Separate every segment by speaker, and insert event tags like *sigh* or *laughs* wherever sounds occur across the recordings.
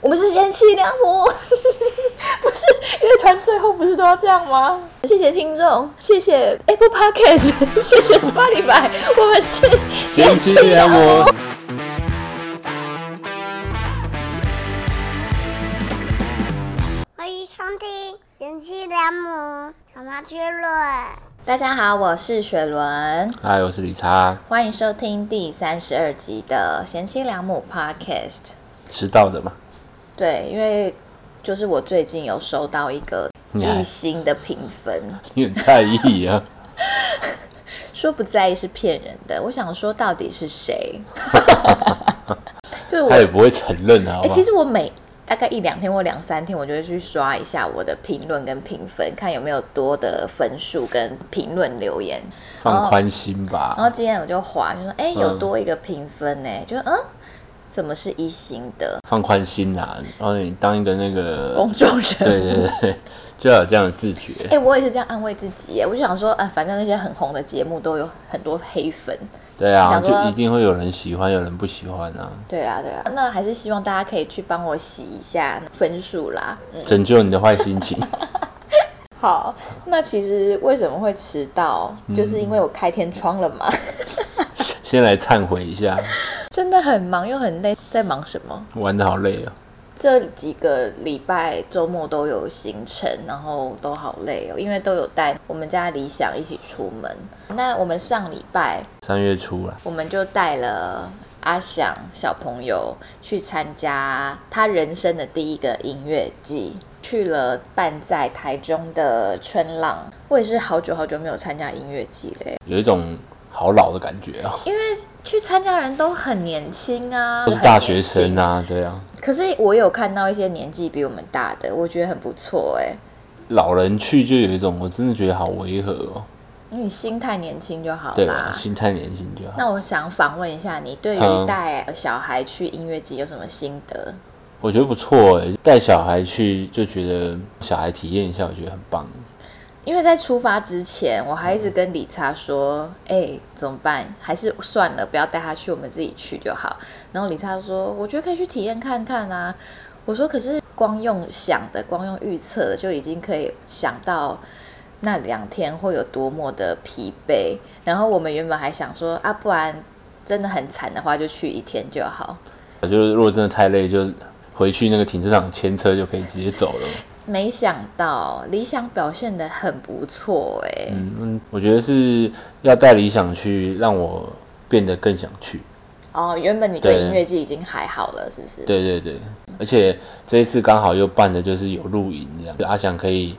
Speaker 1: 我们是贤妻良母， *laughs* 不是乐团最后不是都要这样吗？谢谢听众，谢谢 Apple Podcast，谢 *laughs* 谢 Spotify，我们是
Speaker 2: 贤妻
Speaker 1: 啊
Speaker 2: 良母。
Speaker 3: 欢迎收听《贤妻良母小麻雀论》。
Speaker 1: 大家好，我是雪伦，
Speaker 2: 嗨，哎我是理查，
Speaker 1: 欢迎收听第三十二集的贤妻良母 Podcast。
Speaker 2: 迟到的嘛，
Speaker 1: 对，因为就是我最近有收到一个
Speaker 2: 你还
Speaker 1: 一星的评分，
Speaker 2: 你很在
Speaker 1: *laughs*
Speaker 2: 意啊。
Speaker 1: 说不在意是骗人的。我想说，到底是谁？就是我
Speaker 2: 他也不会承认啊，好
Speaker 1: 哎、
Speaker 2: 不好
Speaker 1: 其实我每大概一两天或两三天，我就会去刷一下我的评论跟评分，看有没有多的分数跟评论留言。
Speaker 2: 放宽心吧。
Speaker 1: 然后今天我就划，就说哎、有
Speaker 2: 嗯
Speaker 1: 多一个评分呢、就嗯，怎么是一星
Speaker 2: *laughs*
Speaker 1: 的
Speaker 2: 放宽心啊，然后你当一个那个
Speaker 1: 公，众人
Speaker 2: 对对对， *laughs* 就要有这样的自觉
Speaker 1: 哦哎、。我也是这样安慰自己耶，我就想说，啊，反正那些很红的节目都有很多黑粉，
Speaker 2: 对啊，
Speaker 1: 想
Speaker 2: 就
Speaker 1: 说
Speaker 2: 一定会有人喜欢，有人不喜欢啊。
Speaker 1: 对啊，对啊，那还是希望大家可以去帮我洗一下分数啦。嗯，
Speaker 2: 拯救你的坏心情， *laughs*
Speaker 1: 好，那其实为什么会迟到，就是因为我开天窗了嘛。
Speaker 2: 先来忏悔一下，
Speaker 1: 真的很忙又很累，在忙什么？
Speaker 2: 玩的好累哦。
Speaker 1: 这几个礼拜周末都有行程，然后都好累哦，因为都有带我们家理想一起出门。那我们上礼拜
Speaker 2: 三月初啊啦，
Speaker 1: 我们就带了阿想小朋友去参加他人生的第一个音乐季，去了办在台中的春浪。我也是好久好久没有参加音乐季嘞，
Speaker 2: 有一种好老的感觉哦，
Speaker 1: 因为去参加的人都很年轻啊，
Speaker 2: 都是大学生啊，对啊，
Speaker 1: 可是我有看到一些年纪比我们大的，我觉得很不错哎、
Speaker 2: 老人去就有一种，我真的觉得好违和哦。
Speaker 1: 因为你心态年轻就好
Speaker 2: 对啊，
Speaker 1: 啦。
Speaker 2: 心态年轻就好。
Speaker 1: 那我想访问一下你，对
Speaker 2: 嗯
Speaker 1: 于带小孩去音乐季有什么心得？
Speaker 2: 我觉得不错哎，带小孩去就觉得小孩体验一下，我觉得很棒。
Speaker 1: 因为在出发之前，我还一直跟理查说：“哎、怎么办？还是算了，不要带他去，我们自己去就好。”然后理查说：“我觉得可以去体验看看啊。”我说：“可是光用想的，光用预测的，就已经可以想到那两天会有多么的疲惫。”然后我们原本还想说：“啊，不然真的很惨的话，就去一天就好。
Speaker 2: 嗯就是如果真的太累，就回去那个停车场牵车就可以直接走了。”
Speaker 1: 没想到理想表现的很不错、哎、
Speaker 2: 嗯嗯，我觉得是要带理想去，让我变得更想去。
Speaker 1: 哦，原本你对
Speaker 2: 对
Speaker 1: 音乐季已经还好了，是不是？
Speaker 2: 对对对，而且这一次刚好又办的就是有露营这样，就阿翔可以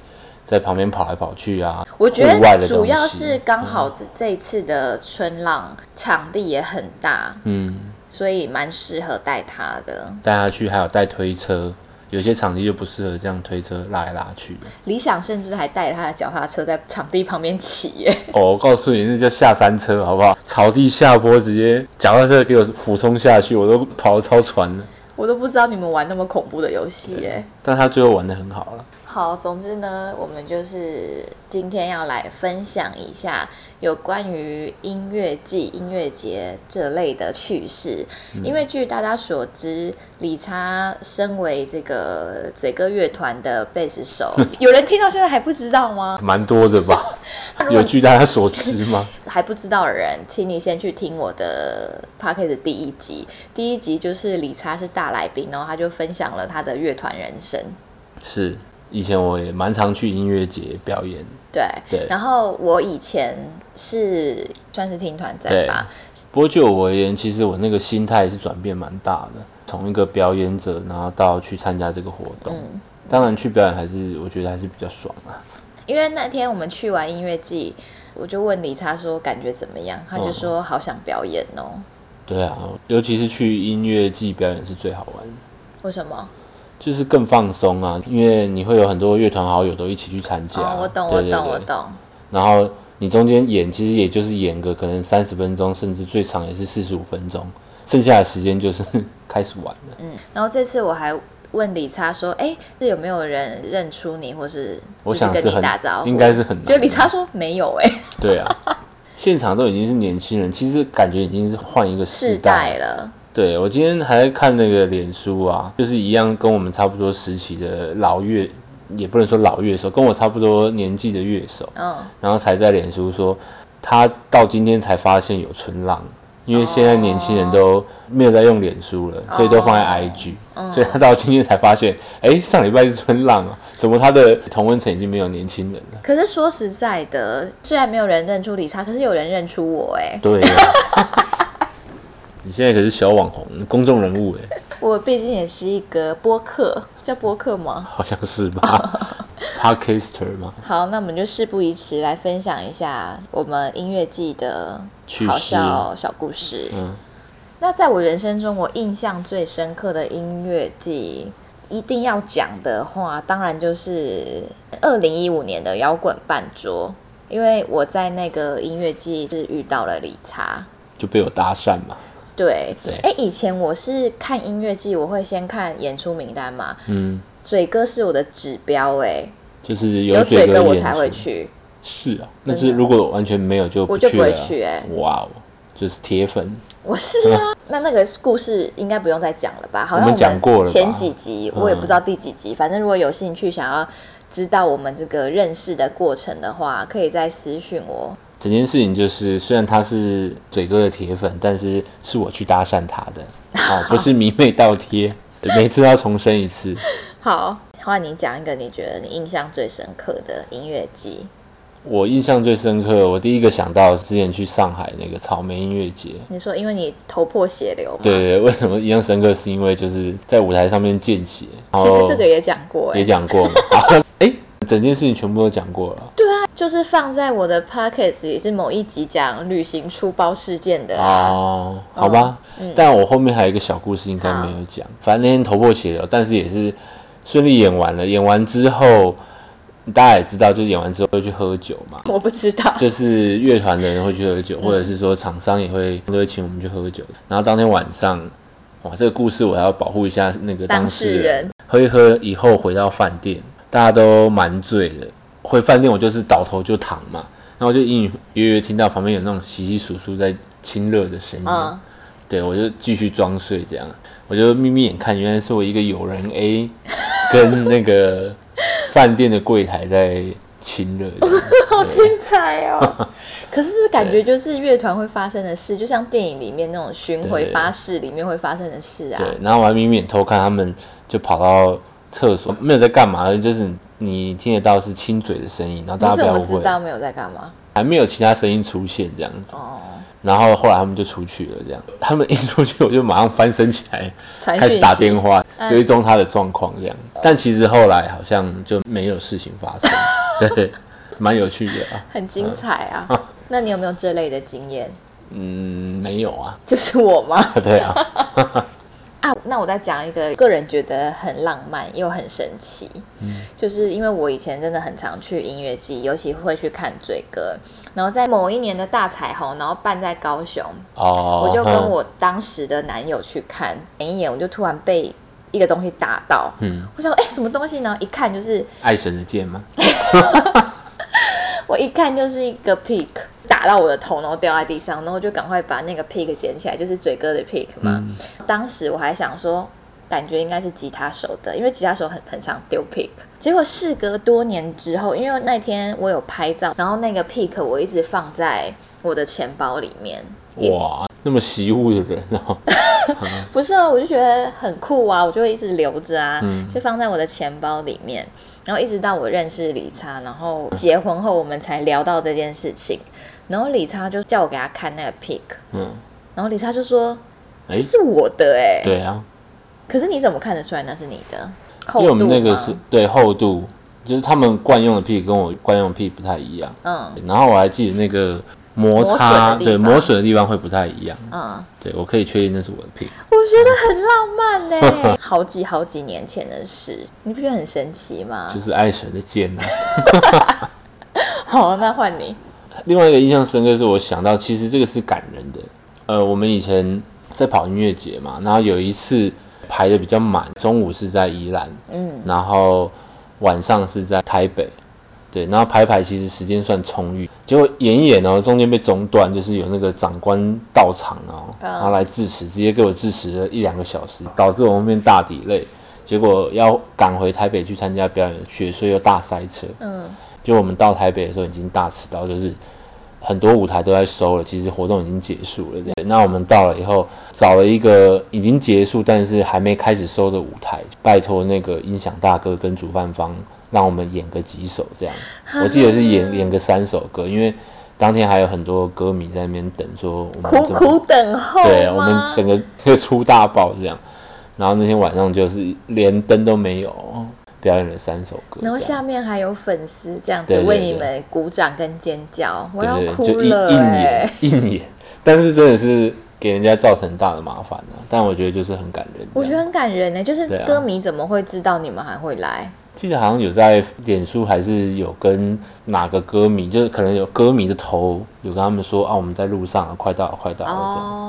Speaker 2: 在旁边跑来跑去啊。
Speaker 1: 我觉
Speaker 2: 户外的
Speaker 1: 得
Speaker 2: 东
Speaker 1: 主要
Speaker 2: 西
Speaker 1: 是刚好这这一次的春浪场地也很大，
Speaker 2: 嗯，
Speaker 1: 所以蛮适合带他的。
Speaker 2: 带他去，还有带推车，有些场地就不适合这样推车拉来拉去的。
Speaker 1: 理想甚至还带着他的脚踏车在场地旁边骑耶， *laughs*
Speaker 2: 哦，我告诉你，那叫下山车，好不好？草地下坡，直接脚踏车给我俯冲下去，我都跑得超喘了。
Speaker 1: 我都不知道你们玩那么恐怖的游戏耶。
Speaker 2: 但他最后玩的很好啊了，
Speaker 1: 好，总之呢，我们就是今天要来分享一下有关于音乐季、音乐节这类的趣事。因为据大家所知，理查身为这个嘴哥乐团的贝斯手，有人听到现在还不知道吗？
Speaker 2: 蛮多的吧？
Speaker 1: 如果
Speaker 2: 有据大家所知吗？
Speaker 1: 还不知道的人，请你先去听我的 p o c k e t 第一集。第一集就是理查是大来宾，然后他就分享了他的乐团人生。
Speaker 2: 是，以前我也蛮常去音乐节表演，
Speaker 1: 对，
Speaker 2: 对
Speaker 1: 然后我以前是算是听团在
Speaker 2: 对
Speaker 1: 吧，
Speaker 2: 不过就我而言，其实我那个心态是转变蛮大的，从一个表演者，然后到去参加这个活动。当然，去表演还是我觉得还是比较爽啊。
Speaker 1: 因为那天我们去完音乐季，我就问理查说感觉怎么样，他
Speaker 2: 嗯
Speaker 1: 就说好想表演哦。
Speaker 2: 对啊，尤其是去音乐季表演是最好玩的。
Speaker 1: 为什么？
Speaker 2: 就是更放松啊，因为你会有很多乐团好友都一起去参加。
Speaker 1: 哦，我懂，
Speaker 2: 对
Speaker 1: 我
Speaker 2: 对
Speaker 1: 懂，我
Speaker 2: 对
Speaker 1: 懂。
Speaker 2: 然后你中间演，其实也就是演个可能三十分钟，甚至最长也是四十五分钟，剩下的时间就是 *laughs* 开始玩了。
Speaker 1: 嗯，然后这次我还问理查说，哎，是有没有人认出你，或是
Speaker 2: 我
Speaker 1: 就是
Speaker 2: 想
Speaker 1: 跟
Speaker 2: 是
Speaker 1: 你
Speaker 2: 很
Speaker 1: 打招呼？
Speaker 2: 应该是很难
Speaker 1: 就理查说没有、哎，
Speaker 2: 对啊，现场都已经是年轻人，其实感觉已经是换一个
Speaker 1: 世
Speaker 2: 世
Speaker 1: 代
Speaker 2: 代了。
Speaker 1: 了。
Speaker 2: 对我今天还在看那个脸书啊，就是一样跟我们差不多时期的老乐，也不能说老乐手，跟我差不多年纪的乐手，
Speaker 1: 嗯，
Speaker 2: 然后才在脸书说他到今天才发现有春浪，因为现在年轻人都没有在用脸书了，所以都放在 IG，、所以他到今天才发现，哎，上礼拜是春浪啊，怎么他的同温层已经没有年轻人了？
Speaker 1: 可是说实在的，虽然没有人认出理查，可是有人认出我哎、
Speaker 2: 对、啊。你现在可是小网红、公众人物哎，
Speaker 1: 我毕竟也是一个播客，叫播客吗？
Speaker 2: 好像是吧 *laughs* ？Podcaster 吗？
Speaker 1: 好，那我们就事不宜迟，来分享一下我们音乐季的
Speaker 2: 趣事
Speaker 1: 好笑小故事。
Speaker 2: 嗯，
Speaker 1: 那在我人生中，我印象最深刻的音乐季，一定要讲的话，当然就是二零一五年的摇滚半桌，因为我在那个音乐季是遇到了理查。
Speaker 2: 就被我搭讪嘛。
Speaker 1: 对，
Speaker 2: 对
Speaker 1: 哎，以前我是看音乐季，我会先看演出名单嘛，
Speaker 2: 嗯，
Speaker 1: 嘴哥是我的指标、哎，
Speaker 2: 就是
Speaker 1: 有
Speaker 2: 嘴
Speaker 1: 嘴哥
Speaker 2: 演
Speaker 1: 我才会
Speaker 2: 出。
Speaker 1: 去。
Speaker 2: 是啊，但
Speaker 1: 真
Speaker 2: 是
Speaker 1: 的
Speaker 2: 如果完全没有就
Speaker 1: 我就
Speaker 2: 去
Speaker 1: 不会
Speaker 2: 了啊。
Speaker 1: 去欸
Speaker 2: 哇哦，就是铁粉。
Speaker 1: 我是啊，那那个故事应该不用再讲了吧？好像
Speaker 2: 我们讲过了吧
Speaker 1: 前几集
Speaker 2: 嗯
Speaker 1: 我也不知道第几集，反正如果有兴趣想要知道我们这个认识的过程的话，可以再私讯我。
Speaker 2: 整件事情就是，虽然他是嘴哥的铁粉，但是是我去搭讪他
Speaker 1: *laughs*
Speaker 2: 的，哦，不是迷妹倒贴，每次要重申一次。
Speaker 1: 好，换你讲一个你觉得你印象最深刻的音乐季，
Speaker 2: 我印象最深刻，我第一个想到之前去上海那个草莓音乐节，
Speaker 1: 你说因为你头破血流嘛？
Speaker 2: 对，对，为什么印象深刻？是因为就是在舞台上面见血，然
Speaker 1: 其实
Speaker 2: 后
Speaker 1: 这个也讲过、欸，
Speaker 2: 哦也讲过嘛，哎、诶整件事情全部都讲过了。
Speaker 1: 对啊，就是放在我的 p o c k e t 也是某一集讲旅行出包事件的 *laughs* 啊。
Speaker 2: 哦，好吧，但我后面还有一个小故事应该没有讲。反正那天头破血流，但是也是顺利演完了。演完之后，大家也知道，就演完之后会去喝酒嘛，
Speaker 1: *laughs* 我不知道，
Speaker 2: 就是乐团的人会去喝酒，或者是说厂商也会都会请我们去喝酒。然后当天晚上，哇，这个故事我还要保护一下那个
Speaker 1: 当
Speaker 2: 当
Speaker 1: 事
Speaker 2: 事人
Speaker 1: 人。
Speaker 2: 喝一喝以后回到饭店，大家都蛮醉的。回饭店我就是倒头就躺嘛，然后我就隐隐约约听到旁边有那种稀稀疏疏在亲热的声音，
Speaker 1: 嗯，
Speaker 2: 对我就继续装睡这样。我就眯眯眼看，原来是我一个友人 A *laughs* 跟那个饭店的柜台在亲热
Speaker 1: *laughs*
Speaker 2: 这样。
Speaker 1: 好精彩哦！ *laughs* 可是这感觉就是乐团会发生的事，就像电影里面那种巡回
Speaker 2: 对
Speaker 1: 巴士里面会发生的事啊。
Speaker 2: 对，然后我还明明偷看他们，就跑到厕所，没有在干嘛，就是你听得到是亲嘴的声音，然后
Speaker 1: 你
Speaker 2: 大家
Speaker 1: 怎
Speaker 2: 不要
Speaker 1: 么
Speaker 2: 误
Speaker 1: 知
Speaker 2: 会，
Speaker 1: 道没有在干嘛？
Speaker 2: 还没有其他声音出现这样子。
Speaker 1: 哦，
Speaker 2: 然后后来他们就出去了，这样，他们一出去我就马上翻身起来，
Speaker 1: 传讯
Speaker 2: 开始
Speaker 1: 息嗯
Speaker 2: 打电话追踪他的状况这样。但其实后来好像就没有事情发生，
Speaker 1: *laughs*
Speaker 2: 对，蛮有趣的啊。
Speaker 1: 很精彩啊！ *laughs* 那你有没有这类的经验？
Speaker 2: 嗯，没有啊，
Speaker 1: 就是我
Speaker 2: *laughs*
Speaker 1: 吗？
Speaker 2: 对啊，
Speaker 1: 啊，那我再讲一个个人觉得很浪漫又很神奇，
Speaker 2: 嗯
Speaker 1: 就是因为我以前真的很常去音乐季，尤其会去看追歌，然后在某一年的大彩虹，然后办在高雄，
Speaker 2: 哦，
Speaker 1: 我就跟
Speaker 2: 嗯
Speaker 1: 我当时的男友去看，每一眼我就突然被一个东西打到，
Speaker 2: 嗯，
Speaker 1: 我想哎、什么东西呢？一看就是
Speaker 2: 爱神的剑吗？
Speaker 1: 我一看就是一个 pick 打到我的头，然后掉在地上，然后我就赶快把那个 pick 捡起来，就是嘴哥的 pick 嘛。
Speaker 2: 嗯
Speaker 1: 当时我还想说，感觉应该是吉他手的，因为吉他手很很常丢 pick。结果事隔多年之后，因为那天我有拍照，然后那个 pick 我一直放在我的钱包里面，
Speaker 2: 哇，那么习武的人哦。
Speaker 1: 不是哦，我就觉得很酷啊，我就会一直留着啊，
Speaker 2: 嗯
Speaker 1: 就放在我的钱包里面。然后一直到我认识理查，然后结婚后我们才聊到这件事情。然后理查就叫我给他看那个 pic，
Speaker 2: 嗯，
Speaker 1: 然后理查就说：“
Speaker 2: 哎
Speaker 1: 这是我的哎、
Speaker 2: 对啊，
Speaker 1: 可是你怎么看得出来那是你的？厚
Speaker 2: 因为
Speaker 1: 度
Speaker 2: 我们那个
Speaker 1: 吗
Speaker 2: 是对厚度，就是他们惯用的屁跟我惯用的屁不太一样。
Speaker 1: 嗯
Speaker 2: 然后我还记得那个摩
Speaker 1: 磨损的
Speaker 2: 擦，
Speaker 1: 地
Speaker 2: 对
Speaker 1: 方
Speaker 2: 磨损的地方会不太一样。
Speaker 1: 嗯，
Speaker 2: 对我可以确定那是我的屁。
Speaker 1: 我觉得很浪漫呢、好几好几年前的事，你不觉得很神奇吗？
Speaker 2: 就是爱神的剑啊！
Speaker 1: 好，那换你，
Speaker 2: *laughs* 另外一个印象深刻是我想到，其实这个是感人的。呃，我们以前在跑音乐节嘛，然后有一次排的比较满，中午是在宜兰，
Speaker 1: 嗯
Speaker 2: 然后晚上是在台北。对，然后排排其实时间算充裕，结果演一演哦，中间被中断，就是有那个长官到场哦，
Speaker 1: 嗯
Speaker 2: 然后来致辞，直接给我致辞了一两个小时，导致我们变大底累。结果要赶回台北去参加表演，雪所以又大塞车。
Speaker 1: 嗯，
Speaker 2: 就我们到台北的时候已经大迟到，就是很多舞台都在收了，其实活动已经结束了。对，那我们到了以后，找了一个已经结束但是还没开始收的舞台，拜托那个音响大哥跟主办方让我们演个几首这样。我记得是演演个三首歌，因为当天还有很多歌迷在那边等，说我们
Speaker 1: 苦
Speaker 2: 怎么
Speaker 1: 苦等候吗，
Speaker 2: 对我们整个就出大爆这样。然后那天晚上就是连灯都没有，表演了三首歌这样。
Speaker 1: 然后下面还有粉丝这样子
Speaker 2: 对对
Speaker 1: 为
Speaker 2: 对
Speaker 1: 你们鼓掌跟尖叫，我要
Speaker 2: 对对，
Speaker 1: 哭
Speaker 2: 就一
Speaker 1: 了
Speaker 2: 一
Speaker 1: 哎、
Speaker 2: 年一年， *laughs* 但是真的是给人家造成大的麻烦了、但我觉得就是很感人。
Speaker 1: 我觉得很感人呢、欸就是
Speaker 2: 对啊
Speaker 1: 歌迷怎么会知道你们还会来？
Speaker 2: 记得好像有在脸书还是有跟哪个歌迷，就是可能有歌迷的头有跟他们说啊，我们在路上了，快到了，快到了这样。
Speaker 1: 哦，
Speaker 2: 啊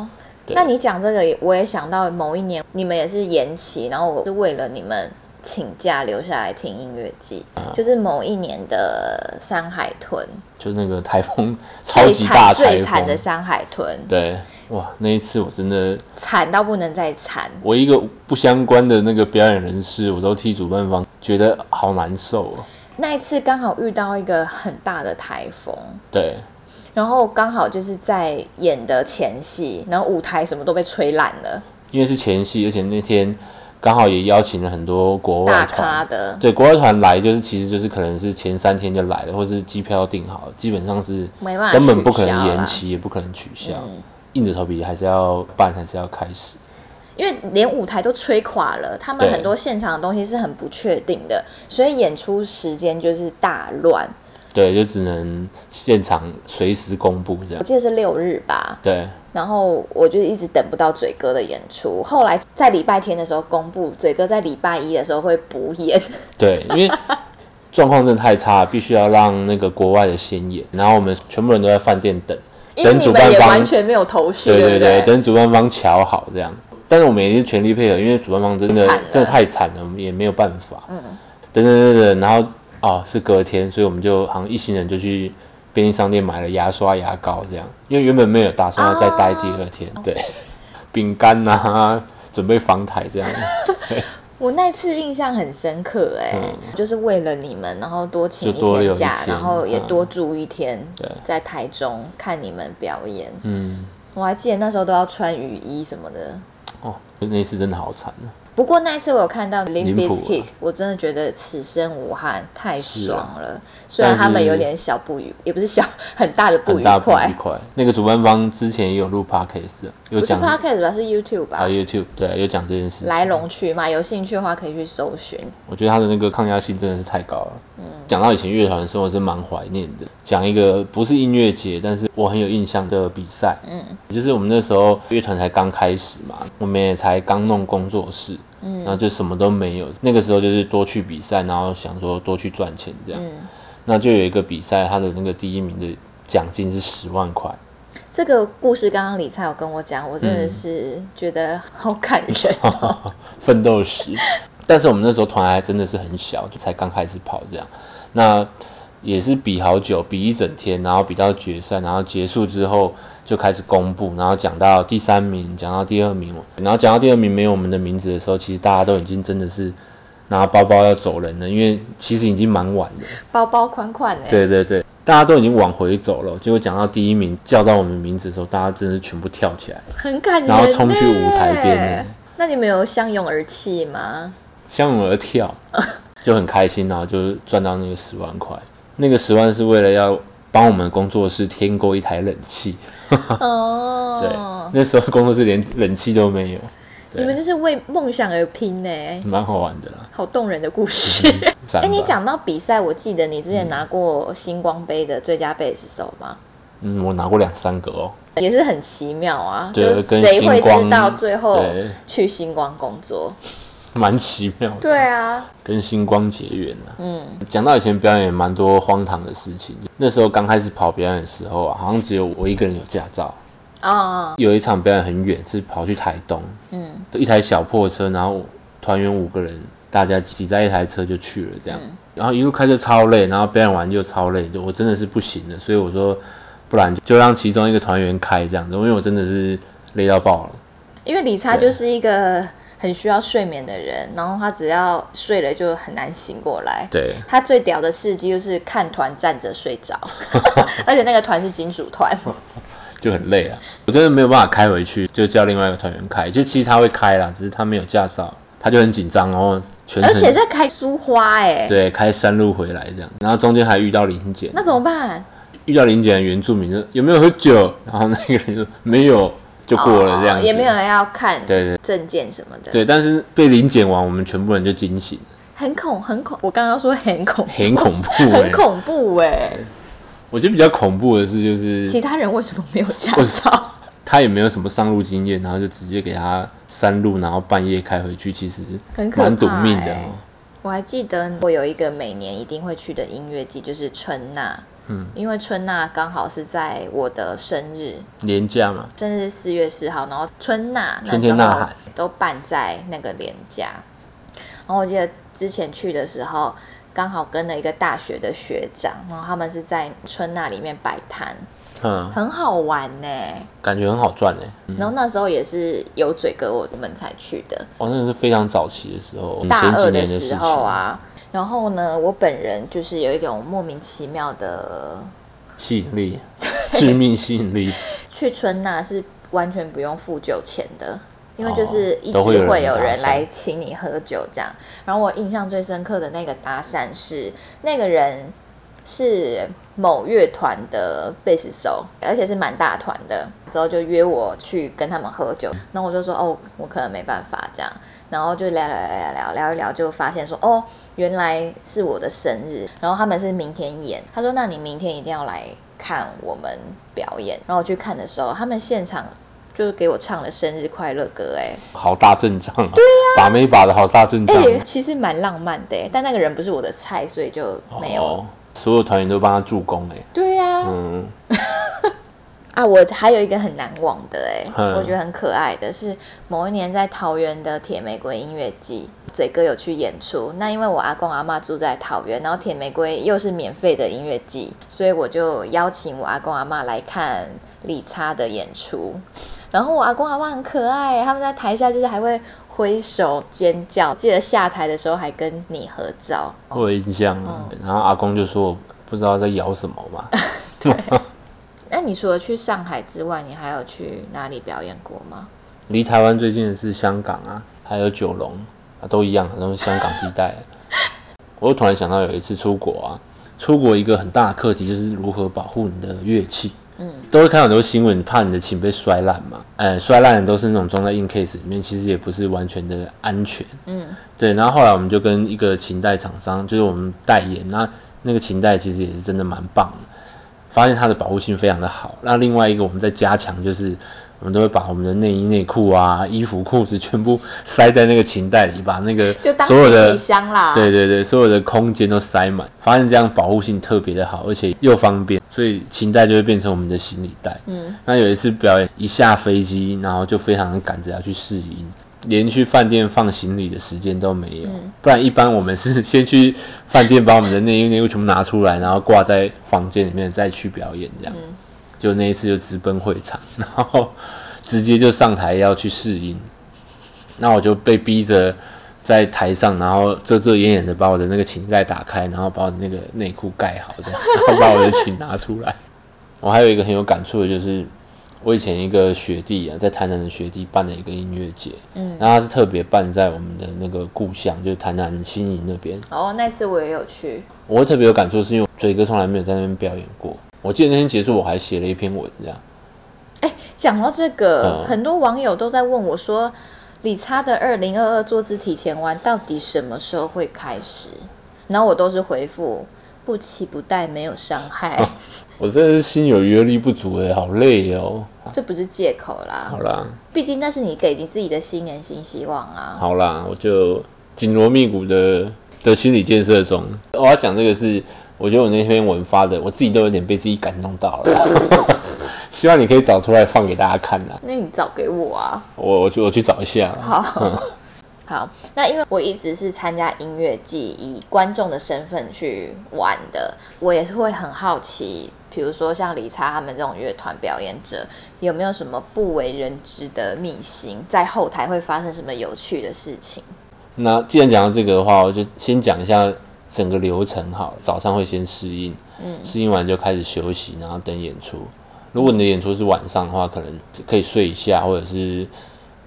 Speaker 2: 对
Speaker 1: 那你讲这个也，我也想到某一年你们也是延期，然后我是为了你们请假留下来听音乐季，
Speaker 2: 啊
Speaker 1: 就是某一年的山海豚，
Speaker 2: 就那个台风超
Speaker 1: 最
Speaker 2: 级
Speaker 1: 惨
Speaker 2: 大台
Speaker 1: 最惨的
Speaker 2: 风，
Speaker 1: 山海豚，
Speaker 2: 对，哇，那一次我真的，
Speaker 1: 惨到不能再惨。
Speaker 2: 我一个不相关的那个表演人士，我都替主办方觉得好难受哦。
Speaker 1: 那一次刚好遇到一个很大的台风，
Speaker 2: 对，
Speaker 1: 然后刚好就是在演的前戏，然后舞台什么都被吹烂了，
Speaker 2: 因为是前戏，而且那天刚好也邀请了很多国
Speaker 1: 大
Speaker 2: 外
Speaker 1: 咖
Speaker 2: 团，
Speaker 1: 的
Speaker 2: 对，国外团来就是其实就是可能是前三天就来了，或是机票订好，基本上是
Speaker 1: 没办法
Speaker 2: 根本不可
Speaker 1: 取
Speaker 2: 能
Speaker 1: 消嗯啦
Speaker 2: 延期，也不可能取消，硬着头皮还是要办，还是要开始。
Speaker 1: 因为连舞台都吹垮了，他们
Speaker 2: 对
Speaker 1: 很多现场的东西是很不确定的，所以演出时间就是大乱。
Speaker 2: 对，就只能现场随时公布这样
Speaker 1: 我。记得是六日吧，
Speaker 2: 对，
Speaker 1: 然后我就一直等不到嘴哥的演出。后来在礼拜天的时候公布，嘴哥在礼拜一的时候会补演，
Speaker 2: 对， *laughs* 因为状况真的太差，必须要让那个国外的先演，然后我们全部人都在饭店等，
Speaker 1: 因为
Speaker 2: 等
Speaker 1: 你
Speaker 2: 主
Speaker 1: 们
Speaker 2: 办
Speaker 1: 也完
Speaker 2: 方，
Speaker 1: 全没有头绪，
Speaker 2: 对
Speaker 1: 不
Speaker 2: 对对，等主办方瞧好这样。但是我们也是全力配合，因为主办方真的
Speaker 1: 惨了
Speaker 2: 真的太惨了，我们也没有办法。嗯，等等等等，然后哦是隔天，所以我们就好像一行人就去便利商店买了牙刷、牙膏这样，因为原本没有打算要再待第
Speaker 1: 哦
Speaker 2: 二天。对，饼干呐， *laughs* 准备防台这样。
Speaker 1: 我那次印象很深刻、哎、就是为了你们，然后多请
Speaker 2: 嗯就多
Speaker 1: 天
Speaker 2: 留一
Speaker 1: 假，
Speaker 2: 天
Speaker 1: 然后也
Speaker 2: 嗯
Speaker 1: 多住一天，
Speaker 2: 对
Speaker 1: 在台中看你们表演。
Speaker 2: 嗯，
Speaker 1: 我还记得那时候都要穿雨衣什么的。
Speaker 2: 哦，那一次真的好惨啊。
Speaker 1: 不过那一次我有看到 l i m
Speaker 2: 林
Speaker 1: b
Speaker 2: 谱
Speaker 1: i
Speaker 2: 啊
Speaker 1: s k i t 我真的觉得此生无憾，太
Speaker 2: 是啊
Speaker 1: 爽了。虽然
Speaker 2: 但是
Speaker 1: 他们有点小不愉，也不是小，很大的不
Speaker 2: 很
Speaker 1: 愉
Speaker 2: 大不
Speaker 1: 快
Speaker 2: 愉。快。那个主办方之前也有录 podcast，有
Speaker 1: 不是
Speaker 2: 讲
Speaker 1: Podcast 吧，是 YouTube
Speaker 2: 啊
Speaker 1: 吧？
Speaker 2: YouTube 对，有讲这件事情。
Speaker 1: 来龙去脉，有兴趣的话可以去搜寻。
Speaker 2: 我觉得他的那个抗压性真的是太高了。讲到以前乐团的生活，真蛮怀念的。讲一个不是音乐节，但是我很有印象的比赛，嗯，就是我们那时候乐团才刚开始嘛，我们也才刚弄工作室，嗯，然后就什么都没有。那个时候就是多去比赛，然后想说多去赚钱这样。那就有一个比赛，他的那个第一名的奖金是十万块，
Speaker 1: 这个故事刚刚李灿有跟我讲，我真的是觉得好感人。
Speaker 2: 嗯 *laughs* 奋斗史。但是我们那时候团还真的是很小，就才刚开始跑这样。那也是比好久，比一整天，然后比到决赛，然后结束之后就开始公布，然后讲到第三名，讲到第二名，然后讲到第二名没有我们的名字的时候，其实大家都已经真的是拿包包要走人了，因为其实已经蛮晚了。
Speaker 1: 包包款款哎、
Speaker 2: 对对对，大家都已经往回走了，结果讲到第一名叫到我们名字的时候，大家真的是全部跳起来，
Speaker 1: 很感人、欸。
Speaker 2: 然后冲去舞台边呢。
Speaker 1: 那你们有相拥而泣吗？
Speaker 2: 相拥
Speaker 1: *laughs*
Speaker 2: 而跳，就很开心，然后就赚到那个十万块。那个十万是为了要帮我们工作室添购一台冷气，啊
Speaker 1: 哦，
Speaker 2: 对，那时候工作室连冷气都没有，
Speaker 1: 你们
Speaker 2: 对，嗯
Speaker 1: 就是为梦想而拼呢、
Speaker 2: 蛮好玩的啦。
Speaker 1: 好动人的故 *laughs* 事。
Speaker 2: 哎
Speaker 1: 哎、你，讲到比赛，我记得你之前拿过星光杯的最佳贝斯手吗？
Speaker 2: 嗯，我拿过两三个哦， *laughs*
Speaker 1: 也是很奇妙啊，就
Speaker 2: 对
Speaker 1: 是
Speaker 2: 跟
Speaker 1: 谁会
Speaker 2: 星光
Speaker 1: 知道最后
Speaker 2: 对
Speaker 1: 去星光工作？
Speaker 2: 蛮奇妙的，
Speaker 1: 对啊，
Speaker 2: 跟星光结缘啊。嗯，讲到以前表演也蛮多荒唐的事情，那时候刚开始跑表演的时候啊，好像只有我一个人有驾照，
Speaker 1: 啊、
Speaker 2: 有一场表演很远，是跑去台东，嗯，一台小破车，然后团员五个人，大家挤在一台车就去了这样。
Speaker 1: 嗯
Speaker 2: 然后一路开车超累，然后表演完又超累，就我真的是不行了，所以我说，不然就让其中一个团员开这样子，因为我真的是累到爆了。
Speaker 1: 因为理查就是一个很需要睡眠的人，然后他只要睡了就很难醒过来。
Speaker 2: 对，
Speaker 1: 他最屌的事迹就是看团站着睡
Speaker 2: *laughs*
Speaker 1: 着，而且那个团是金属团。
Speaker 2: 哦就很累啊，我真的没有办法开回去，就叫另外一个团员开。就其实他会开啦，只是他没有驾照，他就很紧张，然后全
Speaker 1: 而
Speaker 2: 程
Speaker 1: 且在开苏花哎、
Speaker 2: 对开山路回来这样，然后中间还遇到林检，
Speaker 1: 那怎么办？
Speaker 2: 遇到林检的原住民就有没有喝酒，然后那个人就没有就过了这样
Speaker 1: 哦
Speaker 2: 子，
Speaker 1: 也没有人要看
Speaker 2: 对对
Speaker 1: 证件什么的，
Speaker 2: 对，但是被林检完，我们全部人就惊醒，
Speaker 1: 很恐很恐，我刚刚说很恐
Speaker 2: 很恐怖、欸，
Speaker 1: 很恐怖哎、
Speaker 2: 我觉得比较恐怖的是就
Speaker 1: 其
Speaker 2: 是
Speaker 1: 他人为什么没有驾
Speaker 2: 我
Speaker 1: 照？
Speaker 2: 他也没有什么上路经验，然后就直接给他山路，然后半夜开回去，其实
Speaker 1: 很可怕
Speaker 2: 蛮赌命的、
Speaker 1: 欸
Speaker 2: 哦。
Speaker 1: 我还记得我有一个每年一定会去的音乐季，就是春娜。嗯，因为春娜刚好是在我的生日，
Speaker 2: 廉价嘛，
Speaker 1: 生日是四月四号，然后春娜那
Speaker 2: 春
Speaker 1: 时
Speaker 2: 天呐
Speaker 1: 候
Speaker 2: 喊
Speaker 1: 都办在那个连假。然后我记得之前去的时候，刚好跟了一个大学的学长，然后他们是在春娜里面摆摊，
Speaker 2: 嗯，
Speaker 1: 很好玩呢、
Speaker 2: 感觉很好赚哎、
Speaker 1: 然后那时候也是有嘴哥我们才去的，
Speaker 2: 哦，那是非常早期的时候，我们
Speaker 1: 大
Speaker 2: 嗯前几
Speaker 1: 二
Speaker 2: 年
Speaker 1: 的
Speaker 2: 事
Speaker 1: 时
Speaker 2: 情
Speaker 1: 候，啊。然后呢，我本人就是有一种莫名其妙的
Speaker 2: 吸引力，致命吸引力，
Speaker 1: 去春娜是完全不用付酒钱的，因为
Speaker 2: 哦
Speaker 1: 就是一直
Speaker 2: 都会有人
Speaker 1: 会有
Speaker 2: 搭
Speaker 1: 人
Speaker 2: 讪
Speaker 1: 来请你喝酒这样。然后我印象最深刻的那个搭讪是那个人是某乐团的贝斯手，而且是蛮大团的。之后就约我去跟他们喝酒，然后我就说哦，我可能没办法这样。然后就聊聊聊聊聊聊一聊，就发现说哦，原来是我的生日，然后他们是明天演。他说那你明天一定要来看我们表演。然后我去看的时候，他们现场就给我唱了生日快乐歌、哎。
Speaker 2: 好大阵仗啊！对呀、把妹把的好大阵
Speaker 1: 哎、
Speaker 2: 仗，啊
Speaker 1: *laughs* 其实蛮浪漫的、欸，但那个人不是我的菜，所以就没有。
Speaker 2: 哦，所有团员都帮他助攻哎、
Speaker 1: 对呀、啊，
Speaker 2: 嗯，
Speaker 1: 我还有一个很难忘的、欸，哎，
Speaker 2: 嗯
Speaker 1: 我觉得很可爱的是，某一年在桃园的铁玫瑰音乐季，嘴哥有去演出。那因为我阿公阿妈住在桃园，然后铁玫瑰又是免费的音乐季，所以我就邀请我阿公阿妈来看理查的演出。 *laughs* 然后我阿公阿妈很可爱，他们在台下就是还会挥手尖叫，记得下台的时候还跟你合照。
Speaker 2: 我有印象
Speaker 1: 嗯
Speaker 2: 啊。然后阿公就说我不知道在摇什么嘛， *laughs*
Speaker 1: 那你除了去上海之外，你还有去哪里表演过吗？
Speaker 2: 离台湾最近的是香港啊，还有九龙啊，都一样，都是香港地带。我又突然想到有一次出国啊，出国一个很大的课题就是如何保护你的乐器。嗯，都会看到很多新闻，怕你的琴被摔烂嘛。呃，摔烂的都是那种装在硬 case 里面，其实也不是完全的安全。
Speaker 1: 嗯，
Speaker 2: 对。然后后来我们就跟一个琴带厂商，就是我们代言，那那个琴带其实也是真的蛮棒的。发现它的保护性非常的好。那另外一个我们在加强就是，我们都会把我们的内衣、内裤啊、衣服、裤子全部 *laughs* 塞在那个琴带里，把那个
Speaker 1: 就当
Speaker 2: 所有
Speaker 1: 行李
Speaker 2: 的
Speaker 1: 箱啦。
Speaker 2: 对对对，所有的空间都塞满。发现这样保护性特别的好，而且又方便，所以琴带就会变成我们的行李带。
Speaker 1: 嗯，
Speaker 2: 那有一次表演一下飞机，然后就非常赶着要去试音。连去饭店放行李的时间都没有，不然一般我们是先去饭店把我们的内衣内裤全部拿出来，然后挂在房间里面再去表演，这样。就那一次就直奔会场， *laughs* 然后直接就上台要去试音，那我就被逼着在台上，然后遮遮掩掩的把我的那个琴盖打开，然后把我的那个内裤盖好，这样，然后把我的琴拿出来。 *laughs* 我还有一个很有感触的就是，我以前一个学弟啊，在台南的学弟办了一个音乐节，嗯，然后他是特别办在我们的那个故乡，就是台南新营那边。
Speaker 1: 哦，那次我也有去，
Speaker 2: 我会特别有感触，是因为嘴哥从来没有在那边表演过。我记得那天结束，我还写了一篇文，这样。
Speaker 1: 讲到这个，
Speaker 2: 嗯
Speaker 1: 很多网友都在问我说，理查的二零二二坐姿体前弯到底什么时候会开始？然后我都是回复不期不待，没有伤害，
Speaker 2: 我真的是心有余而力不足哎，好累哦。
Speaker 1: 这不是借口啦
Speaker 2: 好。啦，
Speaker 1: 毕竟那是你给你自己的新年新希望啊。
Speaker 2: 好啦，我就紧锣密鼓的的心理建设中。我要讲这个是，我觉得我那篇文发的，我自己都有点被自己感动到了。 *laughs* 希望你可以找出来放给大家看呐、
Speaker 1: 那你找给我啊。
Speaker 2: 我我去我去找一下。
Speaker 1: 好，好，那因为我一直是参加音乐季，以观众的身份去玩的，我也是会很好奇，比如说像理查他们这种乐团表演者，有没有什么不为人知的秘辛，在后台会发生什么有趣的事情？
Speaker 2: 那既然讲到这个的话，我就先讲一下整个流程好了。早上会先适应，
Speaker 1: 嗯
Speaker 2: 适应完就开始休息，然后等演出。如果你的演出是晚上的话，可能可以睡一下，或者是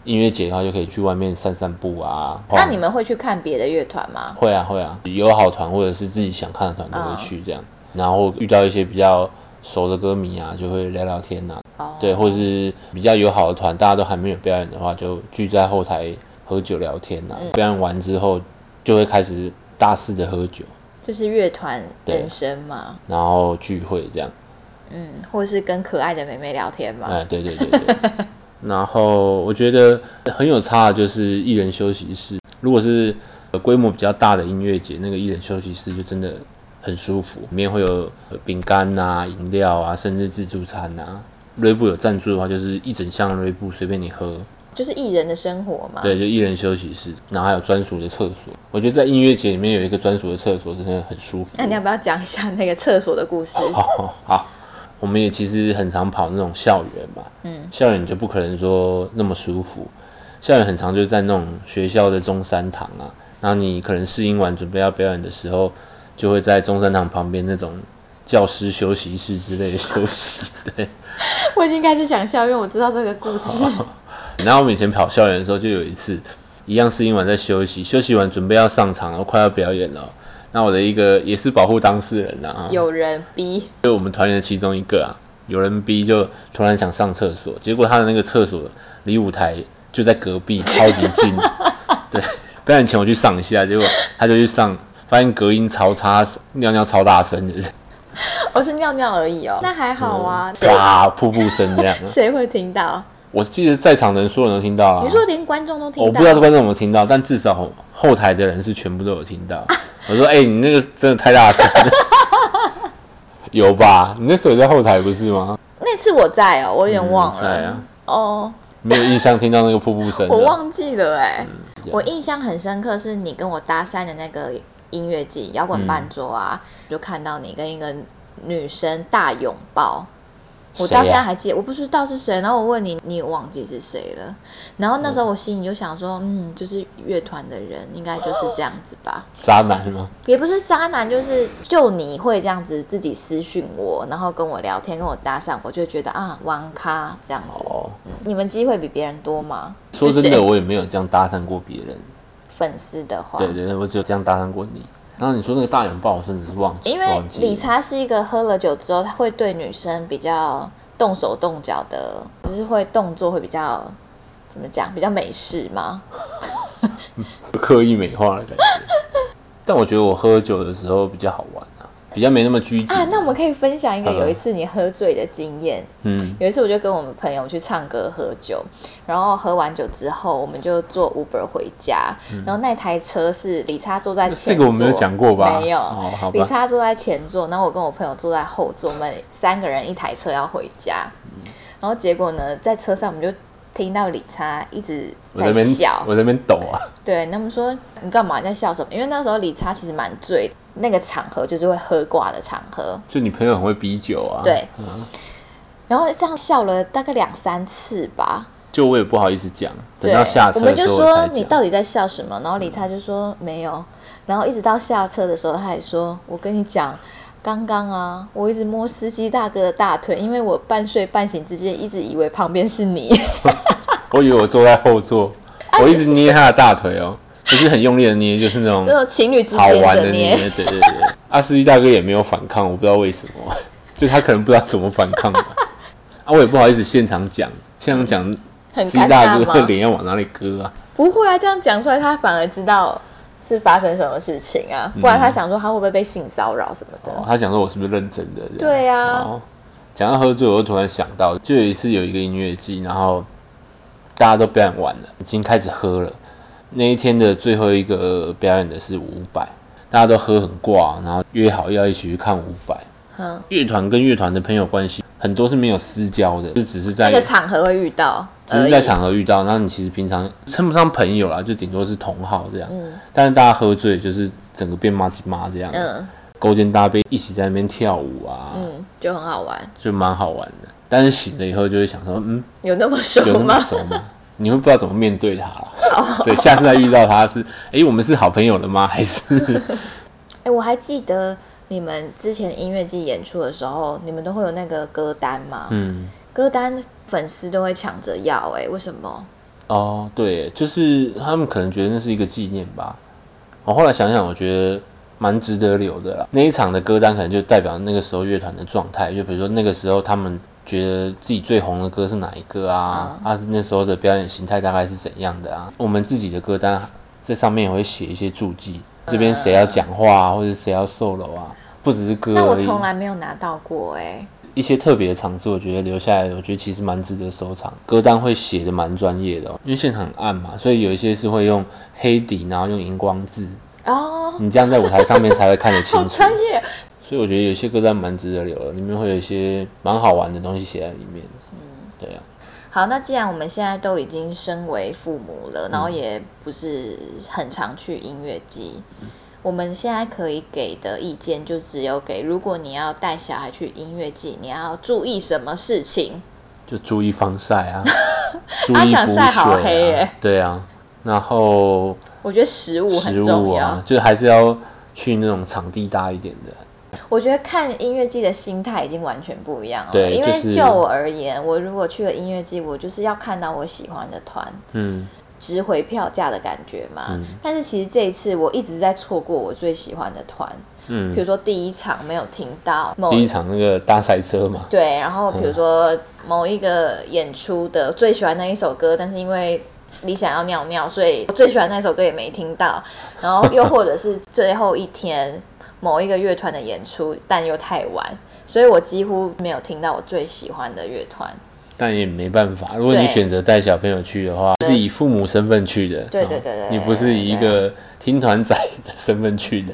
Speaker 2: 音乐节的话，就可以去外面散散步啊。
Speaker 1: 那你们会去看别的乐团吗？
Speaker 2: 会啊会啊，有好团或者是自己想看的团都会去这样，然后遇到一些比较熟的歌迷啊，就会聊聊天呐、
Speaker 1: 哦，
Speaker 2: 对，或者是比较友好的团，大家都还没有表演的话，就聚在后台喝酒聊天呐、表演完之后，就会开始大肆的喝酒，
Speaker 1: 就是乐团
Speaker 2: 对
Speaker 1: 人生嘛，
Speaker 2: 然后聚会这样。
Speaker 1: 嗯，或是跟可爱的妹妹聊天嘛。
Speaker 2: 哎、对对对对。 *laughs* 然后我觉得很有差的就是艺人休息室，如果是呃规模比较大的音乐节，那个艺人休息室就真的很舒服，里面会有呃饼干呐、饮料啊，甚至自助餐呐、啊。锐步有赞助的话，就是一整箱的锐步随便你喝，
Speaker 1: 就是艺人的生活嘛。
Speaker 2: 对，就一人休息室，然后还有专属的厕所。我觉得在音乐节里面有一个专属的厕所，真的很舒服。
Speaker 1: 那你要不要讲一下那个厕所的故事？
Speaker 2: 好好，我们也其实很常跑那种校园嘛，
Speaker 1: 嗯，
Speaker 2: 校园你就不可能说那么舒服，校园很常就在那种学校的中山堂啊，然后你可能试音完准备要表演的时候，就会在中山堂旁边那种教师休息室之类的休息，对。
Speaker 1: *laughs* 我已经开始想笑，因为我知道这个故事。
Speaker 2: 然后我们以前跑校园的时候，就有一次，一样是因完在休息，休息完准备要上场，然后快要表演了。那我的一个也是保护当事人啦、啊，
Speaker 1: *laughs* 有人逼，
Speaker 2: 就我们团员的其中一个啊，有人逼就突然想上厕所，结果他的那个厕所离舞台就在
Speaker 1: *laughs*
Speaker 2: 隔壁，超级近。对，表演前我去上一下，结果他就去上，发现隔音超差，尿尿超大声的，
Speaker 1: *laughs* 我、是尿尿而已哦，那还好
Speaker 2: 嗯
Speaker 1: 啊。谁
Speaker 2: 哇，瀑布声这样。
Speaker 1: 谁会听到？
Speaker 2: 我记得在场的人所有人都听到了、啊
Speaker 1: 你说连观众都听到？
Speaker 2: 我不知道观众有没有听到，但至少后台的人是全部都有听
Speaker 1: *laughs*
Speaker 2: 到。我说：“哎、你那个真的太大声了，有吧？你那时候也在后台不是吗？
Speaker 1: 那次我在哦，我有点忘
Speaker 2: 嗯在
Speaker 1: 了。
Speaker 2: 啊
Speaker 1: 哦，
Speaker 2: 没有印象听到那个瀑布声的，嗯
Speaker 1: 我忘记了哎、
Speaker 2: 对
Speaker 1: 我印象很深刻，是你跟我搭讪的那个音乐季摇滚伴奏啊，
Speaker 2: 嗯
Speaker 1: 就看到你跟一个女生大拥抱。我到
Speaker 2: 谁啊
Speaker 1: 现
Speaker 2: 呀
Speaker 1: 在还记得，我不知道是谁，然后我问你，你也忘记是谁了。然后那时候我心里就想说，嗯，就是乐团的人应该就是这样子吧，
Speaker 2: 渣男吗？
Speaker 1: 也不是渣男，就是就你会这样子自己私讯我，然后跟我聊天，跟我搭讪，我就觉得啊，玩咖这样子。
Speaker 2: 哦，
Speaker 1: 你们机会比别人多吗？
Speaker 2: 说
Speaker 1: 是
Speaker 2: 真的，
Speaker 1: 谁
Speaker 2: 我也没有这样搭讪过别人。
Speaker 1: 粉丝的话，
Speaker 2: 对对对，我只有这样搭讪过你。然后你说那个大眼豹，我甚至是忘记，
Speaker 1: 因为
Speaker 2: 忘记了
Speaker 1: 理查是一个喝了酒之后，他会对女生比较动手动脚的，就是会动作会比较怎么讲，比较美式嘛。
Speaker 2: 刻意美化的
Speaker 1: *laughs*
Speaker 2: 感觉。但我觉得我喝酒的时候比较好玩啊，比较没那么拘谨
Speaker 1: 啊，那我们可以分享一个
Speaker 2: 好的
Speaker 1: 有一次你喝醉的经验。
Speaker 2: 嗯，
Speaker 1: 有一次我就跟我们朋友去唱歌喝酒，然后喝完酒之后，我们就坐 Uber 回家，然后那台车是理查坐在前座，
Speaker 2: 嗯这个我没有讲过吧？
Speaker 1: 没有，
Speaker 2: 哦，好
Speaker 1: 李
Speaker 2: 吧。
Speaker 1: 莎坐在前座，然后我跟我朋友坐在后座，我们三个人一台车要回家。
Speaker 2: 嗯
Speaker 1: 然后结果呢，在车上我们就听到李莎一直
Speaker 2: 我
Speaker 1: 在
Speaker 2: 在那边
Speaker 1: 笑，
Speaker 2: 我在那边抖啊。
Speaker 1: 对，那么说你干嘛你在笑什么？因为那时候李莎其实蛮醉的，那个场合就是会喝挂的场合。
Speaker 2: 就你朋友很会逼酒啊。
Speaker 1: 对
Speaker 2: 嗯
Speaker 1: 然后这样笑了大概两三次吧，
Speaker 2: 就我也不好意思讲，等
Speaker 1: 对
Speaker 2: 到下，
Speaker 1: 我
Speaker 2: 车
Speaker 1: 们
Speaker 2: 的
Speaker 1: 就
Speaker 2: 时候
Speaker 1: 说
Speaker 2: 才讲。
Speaker 1: 你到底在笑什么？然后李查就说没有，然后一直到下车的时候，他还说：“我跟你讲，刚刚啊，我一直摸司机大哥的大腿，因为我半睡半醒之间一直以为旁边是你。
Speaker 2: 嗯我哦以为我坐在后座，
Speaker 1: 啊
Speaker 2: 我一直捏他的大腿哦，不是很用力的捏，就是那种
Speaker 1: 那种情侣之
Speaker 2: 好
Speaker 1: 间
Speaker 2: 玩
Speaker 1: 的
Speaker 2: 的捏
Speaker 1: 捏，。
Speaker 2: 对对 *laughs* 对。阿司机大哥也没有反抗，我不知道为什么，就他可能不知道怎么反抗吧。 *laughs* 啊，我也不好意思现场讲，现场讲
Speaker 1: 很
Speaker 2: 司
Speaker 1: 尴
Speaker 2: 机大
Speaker 1: 尬
Speaker 2: 哥的
Speaker 1: 吗？
Speaker 2: 脸要往哪里割啊？
Speaker 1: 不会啊，这样讲出来，他反而知道是发生什么事情啊，不然他想说他会不会被性骚扰什么的。
Speaker 2: 嗯哦他想说我是不是认真的？这样
Speaker 1: 对啊
Speaker 2: 哦讲到喝醉，我又突然想到，就有一次有一个音乐季，然后大家都表演完了，已经开始喝了。那一天的最后一个表演的是伍佰，大家都喝很挂，然后约好要一起去看伍佰。
Speaker 1: 嗯，
Speaker 2: 乐团跟乐团的朋友关系很多是没有私交的，就只是在
Speaker 1: 那个场合会遇到而已，
Speaker 2: 只是在场合遇到，然后你其实平常称不上朋友啦，就顶多是同好这样。但是大家喝醉就是整个变妈鸡妈这样，
Speaker 1: 嗯
Speaker 2: 勾肩搭背一起在那边跳舞啊，
Speaker 1: 嗯，就很好玩。
Speaker 2: 就蛮好玩的。但是醒了以后就会想说，嗯，
Speaker 1: 有那么
Speaker 2: 有
Speaker 1: 熟
Speaker 2: 那么
Speaker 1: 吗？哦
Speaker 2: 熟吗？你会不知道怎么面对他啦。对，下次再遇到他是，诶，我们是好朋友了吗？
Speaker 1: *laughs*
Speaker 2: 还是
Speaker 1: 哎、我还记得你们之前音乐季演出的时候，你们都会有那个歌单吗？
Speaker 2: 嗯，
Speaker 1: 歌单粉丝都会抢着要、哎，为什么？
Speaker 2: 哦，对，就是他们可能觉得那是一个纪念吧。我后来想想，我觉得蛮值得留的啦。那一场的歌单可能就代表那个时候乐团的状态，就比如说那个时候他们觉得自己最红的歌是哪一个啊？
Speaker 1: 嗯
Speaker 2: 啊，那时候的表演形态大概是怎样的啊？我们自己的歌单这上面也会写一些注记，
Speaker 1: 嗯
Speaker 2: 这边谁要讲话啊，或者谁要 solo 啊，不只是歌
Speaker 1: 但我
Speaker 2: 而已。
Speaker 1: 从来没有拿到过、哎，
Speaker 2: 一些特别的场次，我觉得留下来，我觉得其实蛮值得收藏。歌单会写的蛮专业的、哦，因为现场很暗嘛，所以有一些是会用黑底，然后用荧光字，
Speaker 1: 哦，
Speaker 2: 你这样在舞台上面才会看得清
Speaker 1: 好
Speaker 2: 楚。
Speaker 1: 专业。
Speaker 2: 所以我觉得有些歌单蛮值得留的，里面会有一些蛮好玩的东西写在里面。嗯，对啊，
Speaker 1: 好，那既然我们现在都已经身为父母了，
Speaker 2: 嗯
Speaker 1: 然后也不是很常去音乐季，我们现在可以给的意见就只有给，如果你要带小孩去音乐季，你要注意什么事情？
Speaker 2: 就注意防晒
Speaker 1: *laughs*
Speaker 2: 啊，注
Speaker 1: 阿
Speaker 2: 意
Speaker 1: 翔
Speaker 2: 补水
Speaker 1: 晒好
Speaker 2: 啊，
Speaker 1: 黑耶
Speaker 2: 对啊，然后
Speaker 1: 我觉得食物很
Speaker 2: 食
Speaker 1: 重
Speaker 2: 物
Speaker 1: 要。
Speaker 2: 啊，就还是要去那种场地大一点的。
Speaker 1: 我觉得看音乐季的心态已经完全不一样了。
Speaker 2: 对
Speaker 1: 因
Speaker 2: 就是
Speaker 1: 为就我而言，我如果去了音乐季，我就是要看到我喜欢的团，
Speaker 2: 嗯，
Speaker 1: 值回票价的感觉嘛。
Speaker 2: 嗯
Speaker 1: 但是其实这一次我一直在错过我最喜欢的团，
Speaker 2: 嗯
Speaker 1: 比如说第一场没有听到某
Speaker 2: 第一场那个大赛车嘛，
Speaker 1: 对，然后比如说某一个演出的最喜欢那一首歌，但是因为你想要尿尿，所以我最喜欢那首歌也没听到。然后又或者是最后一天某一个乐团的演出，但又太晚，所以我几乎没有听到我最喜欢的乐团。
Speaker 2: 但也没办法，如果你
Speaker 1: 对
Speaker 2: 选择带小朋友去的话，是以父母身份去的，
Speaker 1: 对对
Speaker 2: 哦
Speaker 1: 对对对
Speaker 2: 你不是以一个听团仔的身份去的，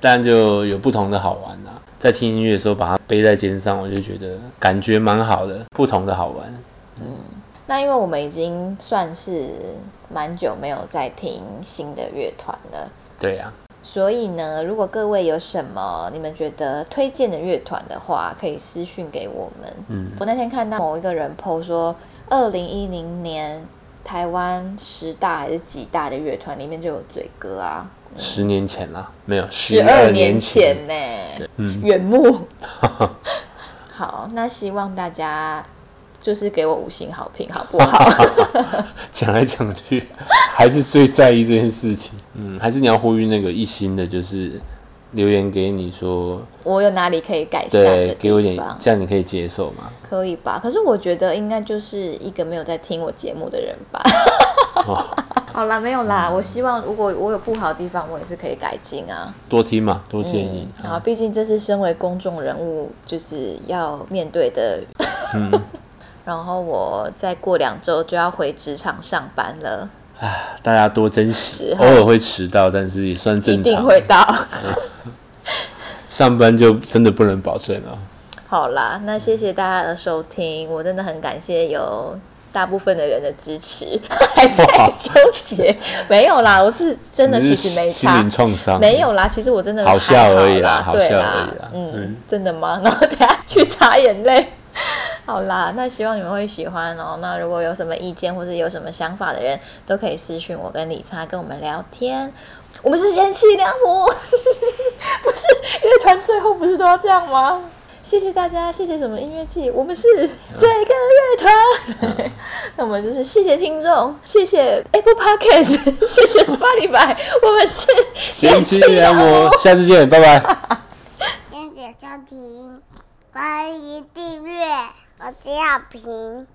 Speaker 2: 但就有不同的好玩啊。在听音乐的时候把它背在肩上，我就觉得感觉蛮好的，不同的好玩。
Speaker 1: 那因为我们已经算是蛮久没有在听新的乐团了。
Speaker 2: 对啊，
Speaker 1: 所以呢，如果各位有什么你们觉得推荐的乐团的话，可以私讯给我们。
Speaker 2: 嗯，
Speaker 1: 我那天看到某一个人 PO 说，二零一零年台湾十大还是几大的乐团里面就有嘴哥啊，
Speaker 2: 十年前啦，没有
Speaker 1: 十
Speaker 2: 十
Speaker 1: 二
Speaker 2: 年
Speaker 1: 年前呢、
Speaker 2: 嗯
Speaker 1: 远
Speaker 2: *laughs*
Speaker 1: 目。好，那希望大家就是给我五星好评，好不好？
Speaker 2: *laughs* 讲来讲去，还是最在意这件事情。嗯，还是你要呼吁那个一心的，就是留言给你说，
Speaker 1: 我有哪里可以改善的地
Speaker 2: 对，
Speaker 1: 方？
Speaker 2: 给我一点，这样你可以接受吗？
Speaker 1: 可以吧？可是我觉得应该就是一个没有在听我节目的人吧。
Speaker 2: 哦
Speaker 1: *laughs* 好啦，没有啦。我希望如果我有不好的地方，我也是可以改进啊。
Speaker 2: 多听嘛，多建议
Speaker 1: 嗯，。
Speaker 2: 啊
Speaker 1: 好，毕竟这是身为公众人物就是要面对的。*laughs*
Speaker 2: 嗯
Speaker 1: 然后我再过两周就要回职场上班了，
Speaker 2: 唉大家多珍惜
Speaker 1: 是，哈
Speaker 2: 偶尔会迟到，但是也算
Speaker 1: 一
Speaker 2: 正
Speaker 1: 定
Speaker 2: 常。
Speaker 1: 会到。
Speaker 2: 上班就真的不能保证了。
Speaker 1: 好啦，那谢谢大家的收听，我真的很感谢有大部分的人的支
Speaker 2: *laughs*
Speaker 1: 持，还在纠结，没有啦，我是真的
Speaker 2: 你
Speaker 1: 其
Speaker 2: 是
Speaker 1: 实没
Speaker 2: 心
Speaker 1: 差
Speaker 2: 灵，创伤
Speaker 1: 没有啦，其实我真的
Speaker 2: 好笑
Speaker 1: 还
Speaker 2: 而已啦
Speaker 1: 啦，
Speaker 2: 好
Speaker 1: 对
Speaker 2: 笑
Speaker 1: 啦
Speaker 2: 而已啦
Speaker 1: 嗯，
Speaker 2: 嗯
Speaker 1: 真的吗？然后等下去擦眼泪。 *laughs* 好啦，那希望你们会喜欢哦。那如果有什么意见或是有什么想法的人，都可以私讯我跟理查跟我们聊天。我们是贤妻良母， *laughs* 不是乐团最后不是都要这样吗？嗯谢谢大家，谢谢什么音乐季，我们是最个乐团。 *laughs* 那我们就是谢谢听众，谢谢 Apple Podcast，谢 *laughs* 谢 Spotify，我们是
Speaker 2: 贤妻
Speaker 1: 哦
Speaker 2: 良母，下次见，拜拜。
Speaker 3: 谢谢收听，欢迎订阅，我是小平。